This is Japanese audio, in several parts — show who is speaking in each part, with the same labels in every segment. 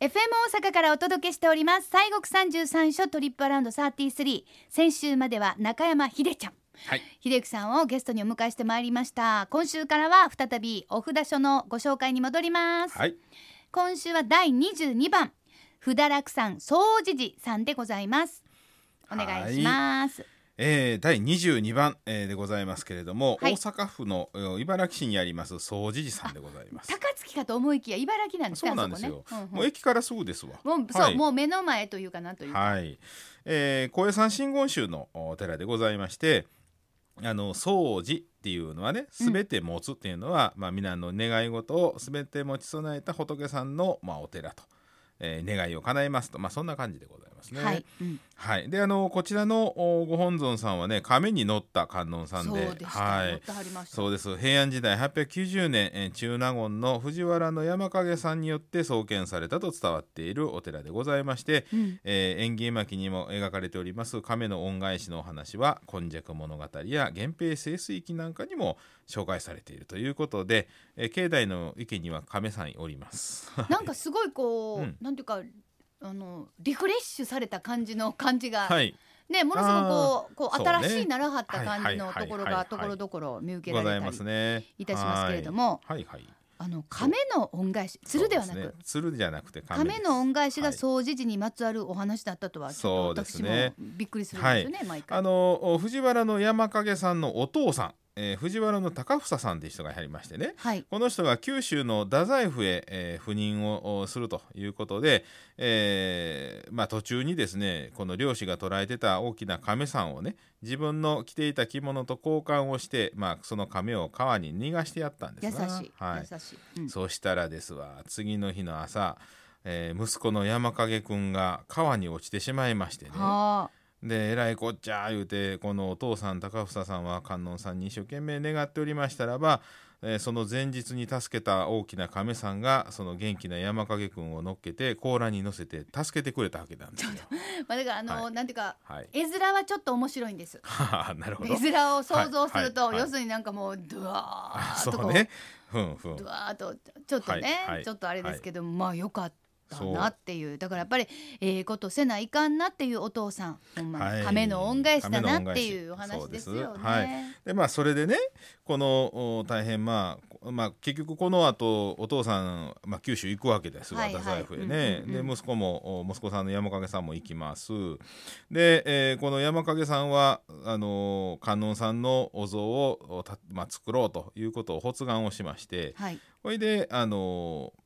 Speaker 1: FM 大阪からお届けしております西国三十三所トリップアラウンド33先週までは中山秀ちゃん
Speaker 2: はい、
Speaker 1: 秀樹さんをゲストにお迎えしてまいりました今週からは再びお札所のご紹介に戻ります、
Speaker 2: はい、
Speaker 1: 今週は第22番ふだらくさん総じじさんでございますお願いします
Speaker 2: えー、第22番、えー、でございますけれども、
Speaker 1: はい
Speaker 2: 大阪府のえー茨城市にあります総持寺さんでございます
Speaker 1: 高槻かと思いきや茨城なんですね
Speaker 2: そうなんですよ、
Speaker 1: あそこねうん
Speaker 2: もう駅からすぐですわ
Speaker 1: うんもうそう、
Speaker 2: はい
Speaker 1: もう目の前というかなというか
Speaker 2: はい、えー、高野山真言宗のお寺でございましてあの総持っていうのはね
Speaker 1: うん
Speaker 2: 全て持つっていうのは、まあ、皆の願い事を全て持ち備えた仏さんの、まあ、お寺と、えー願いを叶えますと、まあ、そんな感じでございますね。
Speaker 1: はい、うん
Speaker 2: はい、であのこちらのおご本尊さんはね亀に乗った観音さん
Speaker 1: そう
Speaker 2: で
Speaker 1: でした、
Speaker 2: は
Speaker 1: 乗っ
Speaker 2: い、
Speaker 1: てはりました
Speaker 2: そうです平安時代890年えー中納言の藤原の山影さんによって創建されたと伝わっているお寺でございまして、
Speaker 1: うん
Speaker 2: えー、縁起絵巻にも描かれております亀の恩返しのお話は「今昔物語」や「源平盛水記」なんかにも紹介されているということで、えー境内の池には亀さんおります。
Speaker 1: なんかすごいこう、
Speaker 2: うん
Speaker 1: なんていうかあのリフレッシュされた感じの感じが、
Speaker 2: はい
Speaker 1: ねものすごくこうこう
Speaker 2: そうね
Speaker 1: 新しいならはった感じの
Speaker 2: はいはいはいはい
Speaker 1: ところがところどころ見受け
Speaker 2: ご
Speaker 1: ら
Speaker 2: ざい
Speaker 1: れた
Speaker 2: ます
Speaker 1: り
Speaker 2: ね。
Speaker 1: いたしますけれども、
Speaker 2: はい、はい、はい
Speaker 1: あの亀の恩返し鶴ではなく、
Speaker 2: そうすね、鶴じゃなくて亀
Speaker 1: 亀
Speaker 2: です
Speaker 1: の恩返しが
Speaker 2: はい
Speaker 1: 総持寺にまつわるお話だったとはちょっと
Speaker 2: そうで
Speaker 1: 私
Speaker 2: す
Speaker 1: も
Speaker 2: ね
Speaker 1: びっくりするんですよね、毎回
Speaker 2: あのお藤原の山影さんのお父さん、えー藤原の高房さんっていう人が入りましてね
Speaker 1: はい
Speaker 2: この人が九州の太宰府へ、えー赴任をおするということで、えーまあ、途中にですねこの漁師が捕らえてた大きな亀さんをね自分の着ていた着物と交換をして、まあ、その亀を川に逃がしてやったんで
Speaker 1: 優
Speaker 2: す
Speaker 1: し、
Speaker 2: ないはい、
Speaker 1: 優しい、うん
Speaker 2: そしたらですわ次の日の朝、えー息子の山影くんが川に落ちてしまいましてね。
Speaker 1: はあ
Speaker 2: でえらいこっちゃ言うてこのお父さん高房さんは観音さんに一生懸命願っておりましたらば、えーその前日に助けた大きな亀さんがその元気な山影くんを乗っけて甲羅に乗せて助けてくれたわけなんですよ。
Speaker 1: まあだからあの、
Speaker 2: は
Speaker 1: なんていうか
Speaker 2: はい、
Speaker 1: 絵面はちょっと面白いんです
Speaker 2: はあなるほど
Speaker 1: 絵。面を想像すると、
Speaker 2: はいはい
Speaker 1: 要するになんかもうドワ
Speaker 2: あ
Speaker 1: ーッと
Speaker 2: そ
Speaker 1: こ
Speaker 2: う
Speaker 1: う
Speaker 2: ね。ふんふん
Speaker 1: ド。ワーッとちょっとね、
Speaker 2: はいはい
Speaker 1: ちょっとあれですけど、まあよかった
Speaker 2: そう
Speaker 1: なっていうだからやっぱりええことせないかんなっていうお父さんほんまに、
Speaker 2: はい
Speaker 1: 亀の恩返しだなっていうお
Speaker 2: 亀の
Speaker 1: 話
Speaker 2: 恩
Speaker 1: で
Speaker 2: 返し
Speaker 1: すよ
Speaker 2: そうで
Speaker 1: ね。
Speaker 2: すはいでまあそれでねこのお大変まあこまあ結局この後お父さん、まあ、九州行くわけですわ
Speaker 1: はいは
Speaker 2: 太
Speaker 1: い
Speaker 2: 宰府へね
Speaker 1: うんうんうん
Speaker 2: で息子もお息子さんの山影さんも行きますで、えーこの山影さんはあのー観音さんのお像をおた、まあ、作ろうということを発願をしまして
Speaker 1: はい
Speaker 2: ほいであのー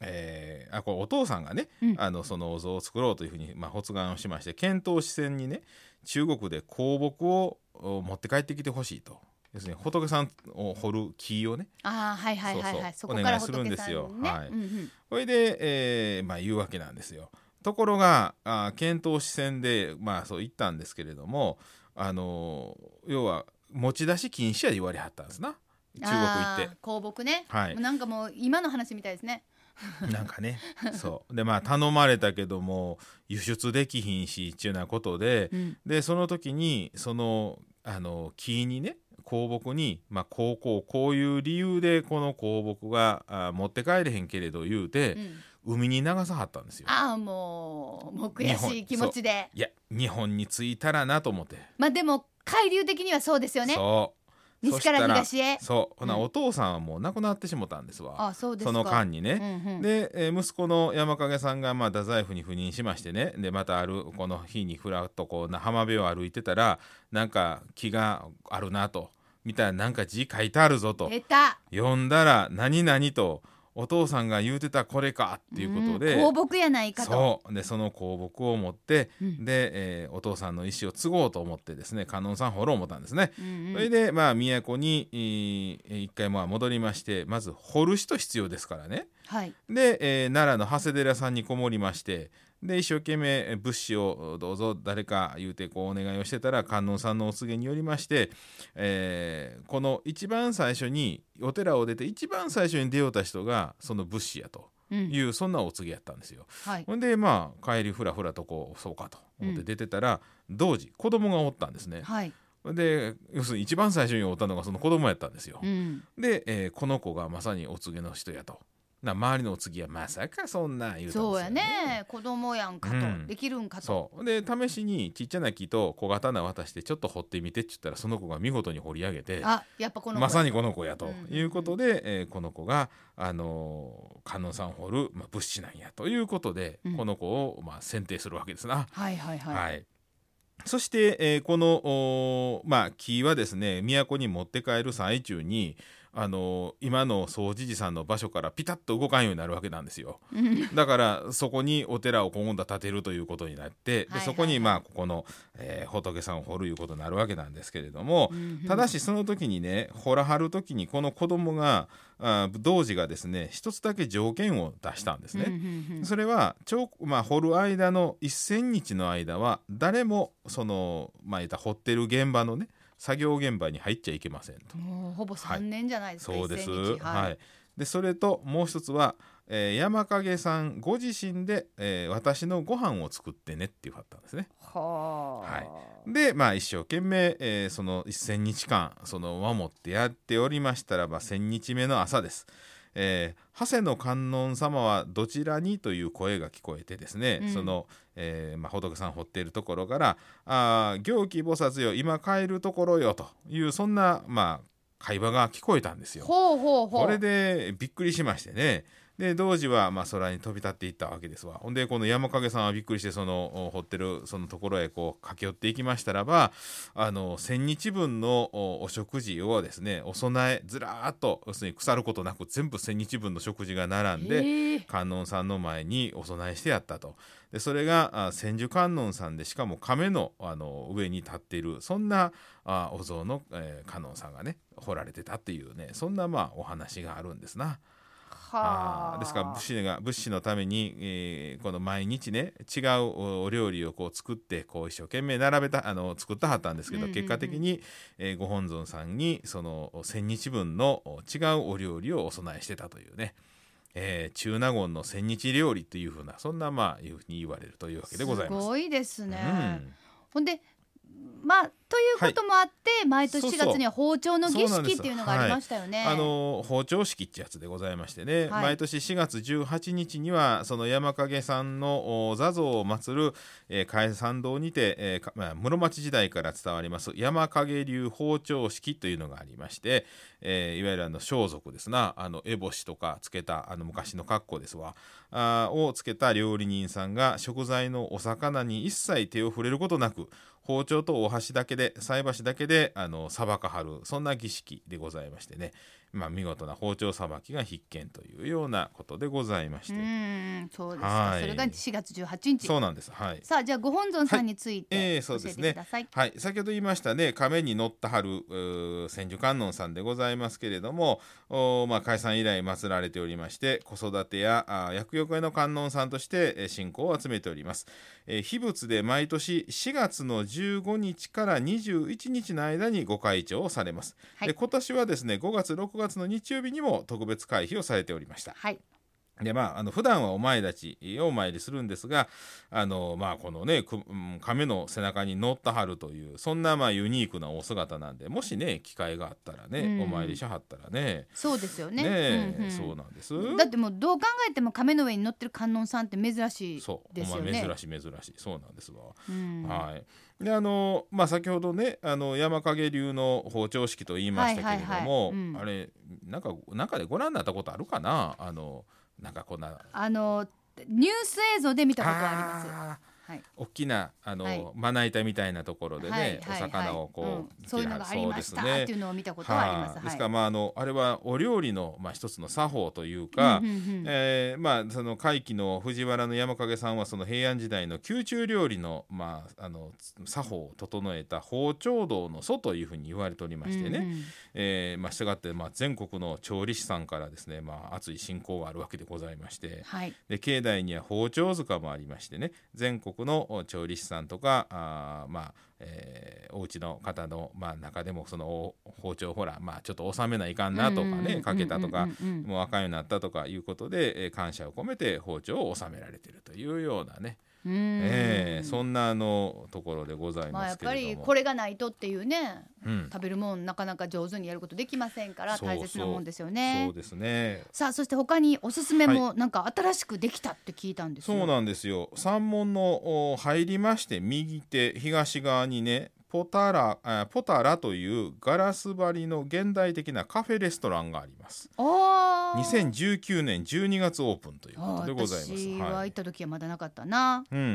Speaker 2: えーあこれお父さんがね、
Speaker 1: うん
Speaker 2: あのそのお像を作ろうというふうに、まあ、発願をしまして遣唐使船にね中国で香木をお持って帰ってきてほしいと要するに仏さんを掘る木をね
Speaker 1: ああはいはいはいはいそ
Speaker 2: そうそう
Speaker 1: こから
Speaker 2: お願いするん
Speaker 1: 仏
Speaker 2: で
Speaker 1: さ
Speaker 2: すよ
Speaker 1: んね、
Speaker 2: はい
Speaker 1: うんうん
Speaker 2: ほいで、えーまあ、言うわけなんですよ。ところがあー遣唐使船で、まあ、そう言ったんですけれども、あのー要は持ち出し禁止や言われはったんですな中国行って
Speaker 1: あ。ー香木ね、
Speaker 2: はい
Speaker 1: もうなんかもう今の話みたいですね
Speaker 2: なんかねそうでまあ頼まれたけども輸出できひんしっちゅうなことで
Speaker 1: うん
Speaker 2: でその時にそのあの木にね香木に、まあ、こうこうこういう理由でこの香木があ持って帰れへんけれど言うて
Speaker 1: う、ん
Speaker 2: 海に流さはったんですよ。
Speaker 1: ああもうもう悔しい気持ちで
Speaker 2: いや日本に着いたらなと思って、
Speaker 1: まあでも海流的にはそうですよね
Speaker 2: そう
Speaker 1: 西から
Speaker 2: そし
Speaker 1: 東へ
Speaker 2: たらそうほな、
Speaker 1: うん
Speaker 2: お父さんはもう亡くなってしもたんですわ
Speaker 1: あそうですか
Speaker 2: その間にね、
Speaker 1: うんうん
Speaker 2: で、えー息子の山影さんが、まあ、太宰府に赴任しましてねでまたあるこの日にふらっとこうな浜辺を歩いてたらなんか気があるなと見たらなんか字書いてあるぞと
Speaker 1: 下手
Speaker 2: 読んだら「何々」とお父さんが言うてたこれかっていうことで。
Speaker 1: うん香木やないかと
Speaker 2: そうでその香木を持って、
Speaker 1: うん
Speaker 2: で、えーお父さんの意思を継ごうと思ってですね観音さん掘ろう思ったんですね、
Speaker 1: うんうん
Speaker 2: それでまあ都に、えー一回まあ戻りましてまず掘る人必要ですからね、
Speaker 1: はい
Speaker 2: で、えー奈良の長谷寺さんにこもりましてで一生懸命えー物資をどうぞ誰か言うてこうお願いをしてたら観音さんのお告げによりまして、えーこの一番最初にお寺を出て一番最初に出ようた人がその物資やと
Speaker 1: うん
Speaker 2: いうそんなお告げやったんですよ。
Speaker 1: はい
Speaker 2: ほんでまあ帰りふらふらとこうそうかと思って出てたら、同時子供がおったんですね。
Speaker 1: はい
Speaker 2: ほんで要するに一番最初におったのがその子供やったんですよ。
Speaker 1: うん
Speaker 2: で、えーこの子がまさにお告げの人やと。な周りのお次はまさかそんなん言うたんですよ
Speaker 1: そうやね子供やんかと、
Speaker 2: うん
Speaker 1: できるんかと
Speaker 2: そうで試しにちっちゃな木と小刀渡してちょっと掘ってみてって言ったらその子が見事に掘り上げて
Speaker 1: あやっぱこの子
Speaker 2: まさにこの子や
Speaker 1: う
Speaker 2: と
Speaker 1: ん
Speaker 2: いうことで、えーこの子が、あのー観音さんを掘る、まあ、物資なんやということで、
Speaker 1: うん
Speaker 2: この子を、まあ、選定するわけですな。
Speaker 1: はいはいはい、
Speaker 2: はいそして、えーこの、おーまあ、木はですね都に持って帰る最中に、あのー今の総持寺さんの場所からピタッと動かんようになるわけなんですよ。
Speaker 1: うん
Speaker 2: だからそこにお寺を今度建てるということになって、
Speaker 1: はいはい
Speaker 2: でそこにまあここの、えー仏さんを掘るいうことになるわけなんですけれども、ただしその時にね掘らはる時にこの子供があー童子がですね一つだけ条件を出したんです
Speaker 1: うんう
Speaker 2: ね。
Speaker 1: んうん
Speaker 2: それは彫まあ、掘る間の1,000日の間は誰もその、まあ、言ったら掘ってる現場のね作業現場に入っちゃいけませんと。
Speaker 1: もうほぼ三年じゃないですか、
Speaker 2: そうです。
Speaker 1: 一世一代
Speaker 2: はい。でそれともう一つは、えー山影さんご自身で、えー私のご飯を作ってねって言われたんですね。
Speaker 1: はあ、
Speaker 2: でまあ一生懸命、えーその1,000日間その守ってやっておりましたらば1,000日目の朝です。えー長谷の観音様はどちらにという声が聞こえてですね、
Speaker 1: うん
Speaker 2: その、えーまあ、仏さん掘っているところから「ああ行基菩薩よ今帰るところよ」というそんな、まあ、会話が聞こえたんですよ。
Speaker 1: ほうほうほう
Speaker 2: これでびっくりしましてねで童子はまあ空に飛び立っていったわけですわほんでこの山影さんはびっくりしてそのお掘ってるそのところへこう駆け寄っていきましたらばあの1,000日分のおお食事をですねお供えずらーっと要するに腐ることなく全部1,000日分の食事が並んで。
Speaker 1: へえ
Speaker 2: 観音さんの前にお供えしてやったとでそれがあ千手観音さんでしかも亀のあの上に立っているそんなあお像の、えー観音さんがね彫られてたっていうねそんなまあお話があるんですな。
Speaker 1: は
Speaker 2: あ
Speaker 1: あ
Speaker 2: ーですから物資が物資のために、えーこの毎日ね違うおお料理をこう作ってこう一生懸命並べたあの作ったはったんですけ
Speaker 1: うん
Speaker 2: ど、
Speaker 1: うんうん
Speaker 2: 結果的に、えーご本尊さんにその1,000日分のお違うお料理をお供えしてたというね、えー中納言の1,000日料理というふうなそんなまあいうふうに言われるというわけでございます。
Speaker 1: すごいですね、
Speaker 2: うん
Speaker 1: ほんでまあということもあって、毎年
Speaker 2: そう
Speaker 1: 4
Speaker 2: そう
Speaker 1: 月には包丁の儀
Speaker 2: そうなんで
Speaker 1: 式っ
Speaker 2: す
Speaker 1: ていうのがありましたよね、
Speaker 2: あの包丁式ってやつでございましてね、
Speaker 1: はい
Speaker 2: 毎年4月18日にはその山影さんのお座像を祀る、えー、海参堂にて、えーかまあ、室町時代から伝わります山影流包丁式というのがありまして、えーいわゆるあの装束ですなあの烏帽子とかつけたあの昔の格好ですわあーをつけた料理人さんが食材のお魚に一切手を触れることなく包丁とお箸だけで菜箸だけであのさばかはるそんな儀式でございましてね、まあ、見事な包丁さばきが必見というようなことでございまし
Speaker 1: う
Speaker 2: て、
Speaker 1: んそうですか、
Speaker 2: はい
Speaker 1: それが4月18日
Speaker 2: そうなんですはい。
Speaker 1: さあじゃあご本尊さんについ
Speaker 2: はいえ
Speaker 1: て
Speaker 2: え
Speaker 1: 教
Speaker 2: そ
Speaker 1: え
Speaker 2: うです
Speaker 1: て
Speaker 2: ね
Speaker 1: ください、
Speaker 2: はい、先ほど言いましたね亀に乗ったはるうー千手観音さんでございますけれどもおー、まあ、解散以来祀られておりまして子育てやあー薬浴への観音さんとしてえー信仰を集めております、えー秘仏で毎年4月の15日から21日の間にご開帳をされます、
Speaker 1: はい
Speaker 2: で今年はですね5月6月の日曜日にも特別会費をされておりました
Speaker 1: はい
Speaker 2: でまあ、あの普段はお前たちをお参りするんですがあの、まあ、このねくうん亀の背中に乗ったはるというそんなまあユニークなお姿なんでもしね機会があったらね、
Speaker 1: うん
Speaker 2: お参りしはったらね
Speaker 1: そうですよね
Speaker 2: え
Speaker 1: うんうん
Speaker 2: そうなんです。
Speaker 1: だってもうどう考えても亀の上に乗ってる観音さんって珍しい
Speaker 2: そう
Speaker 1: ですよ
Speaker 2: お
Speaker 1: ね。
Speaker 2: 前珍しい珍しいそうなんですわ。
Speaker 1: うん
Speaker 2: はい、であのまあ先ほどねあの山影流の包丁式と言いましたけれども、
Speaker 1: はいはいはいうん
Speaker 2: あれなんか中でご覧になったことあるかなあのなんかこんな
Speaker 1: あのニュース映像で見たことあります。
Speaker 2: あー
Speaker 1: はい
Speaker 2: 大きなあの、
Speaker 1: はい
Speaker 2: まな板みたいなところでね、
Speaker 1: はいはい
Speaker 2: お魚をこう、
Speaker 1: うんそういうのがありましたっ
Speaker 2: そうです
Speaker 1: ていうのを見たことはあります。
Speaker 2: はいですから、まあ、あのあれはお料理の、まあ、一つの作法というか、
Speaker 1: うんうんうん
Speaker 2: えーまあ、その会期の藤原の山影さんはその平安時代の宮中料理の,、まあ、あの作法を整えた包丁道の祖というふうに言われておりましてね、
Speaker 1: うんうん
Speaker 2: えーまあ、従って、まあ、全国の調理師さんからですね、まあ、熱い信仰があるわけでございまして、
Speaker 1: はい。
Speaker 2: で境内には包丁塚もありましてね全国のお調理師さんとかあーまあ、えーお家の方の、まあ、中でもそのお包丁ほら、まあ、ちょっと収めないかんなとかねかけたとか
Speaker 1: うんうんうんうん
Speaker 2: もうあかんようになったとかいうことで、えー感謝を込めて包丁を収められてるというようなね、
Speaker 1: うん
Speaker 2: えーそんなあのところでござい
Speaker 1: まあ
Speaker 2: ま
Speaker 1: やっ
Speaker 2: すけれ
Speaker 1: ぱ
Speaker 2: ども。
Speaker 1: りこれがないとっていうね
Speaker 2: うん
Speaker 1: 食べるもんなかなか上手にやることできませんから
Speaker 2: そうそう
Speaker 1: 大切なもんですよ
Speaker 2: そ
Speaker 1: ね
Speaker 2: うですね
Speaker 1: さあそして他におすすめもなんか新しくできたって聞いたんですよ、
Speaker 2: そうなんですよ山門のお入りまして右手東側にねポタラあポタラというガラス張りの現代的なカフェレストランがあります
Speaker 1: あー
Speaker 2: 2019年12月オープンというこ
Speaker 1: あ
Speaker 2: と
Speaker 1: ー
Speaker 2: でございます
Speaker 1: 私は
Speaker 2: は
Speaker 1: 行っ
Speaker 2: い
Speaker 1: た時はまだなかったな、
Speaker 2: うん
Speaker 1: うん、う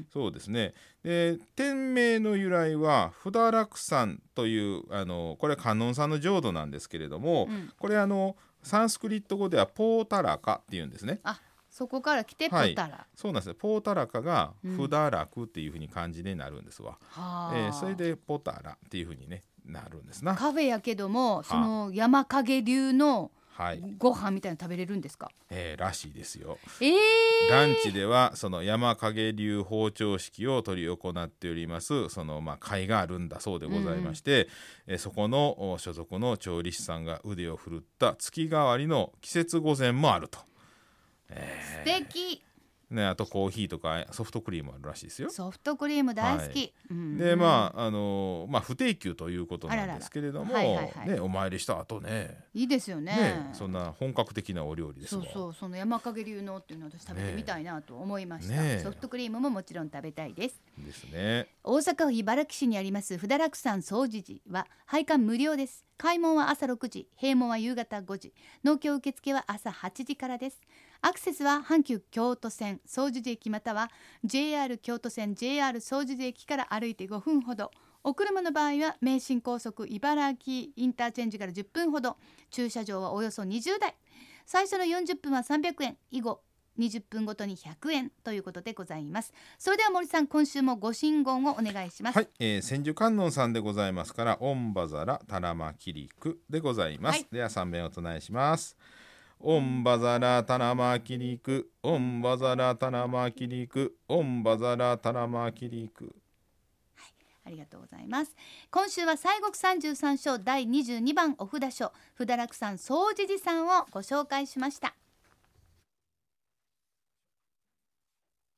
Speaker 1: ん
Speaker 2: そうですねで店名の由来は布田楽さんというあのこれは観音さんの浄土なんですけれども、
Speaker 1: うん
Speaker 2: これあのサンスクリット語ではポータラカっていうんですね
Speaker 1: あそこから来てポタラ、
Speaker 2: はい
Speaker 1: は
Speaker 2: そうなんですね。ポータラカが
Speaker 1: うん
Speaker 2: フダラクっていうふうに漢字でなるんですわ。
Speaker 1: あ
Speaker 2: えーそれでポタラっていうふうにねなるんですな。
Speaker 1: カフェやけどもその山影流の
Speaker 2: はい、
Speaker 1: ご飯みたいなの食べれるんですか、
Speaker 2: えーらしいですよ。
Speaker 1: ええ
Speaker 2: ランチではその山影流包丁式を執り行っておりますそのまあ会があるんだそうでございまして、えーそこのお所属の調理師さんが腕を振るった月替わりの季節御膳もあると。
Speaker 1: 素敵
Speaker 2: ね、あとコーヒーとかソフトクリームもあるらしいですよ。
Speaker 1: ソフトクリーム大好
Speaker 2: は
Speaker 1: き、うん
Speaker 2: でまああのまあ不定休ということなんですけれども
Speaker 1: あらららはいはいはい
Speaker 2: ねお参りした後ね
Speaker 1: いいですよね
Speaker 2: ねそんな本格的なお料理です
Speaker 1: そ
Speaker 2: もん
Speaker 1: うそうその山影流のっていうのを私食べてみたいなと思いました、
Speaker 2: ねえ
Speaker 1: ソフトクリームももちろん食べたいです
Speaker 2: ですね
Speaker 1: 大阪府茨木市にありますふだらくさん総持寺は拝観無料です開門は朝6時閉門は夕方5時農協受付は朝8時からですアクセスは阪急京都線総持寺駅または JR 京都線 JR 総持寺駅から歩いて5分ほどお車の場合は名神高速茨城インターチェンジから10分ほど駐車場はおよそ20台最初の40分は300円以後20分ごとに100円ということでございますそれでは森さん今週もご神言をお願いします
Speaker 2: はい、えー、千手観音さんでございますから「オンバザラタラマキリク」でございま
Speaker 1: は
Speaker 2: す、
Speaker 1: い
Speaker 2: では3遍お唱えします「オンバザラタラマキリク」「オンバザラタラマキリク」「オンバザラタラマキリク」
Speaker 1: ありがとうございます今週は西国三十三章第22番お札書ふだらくさん総持寺さんをご紹介しました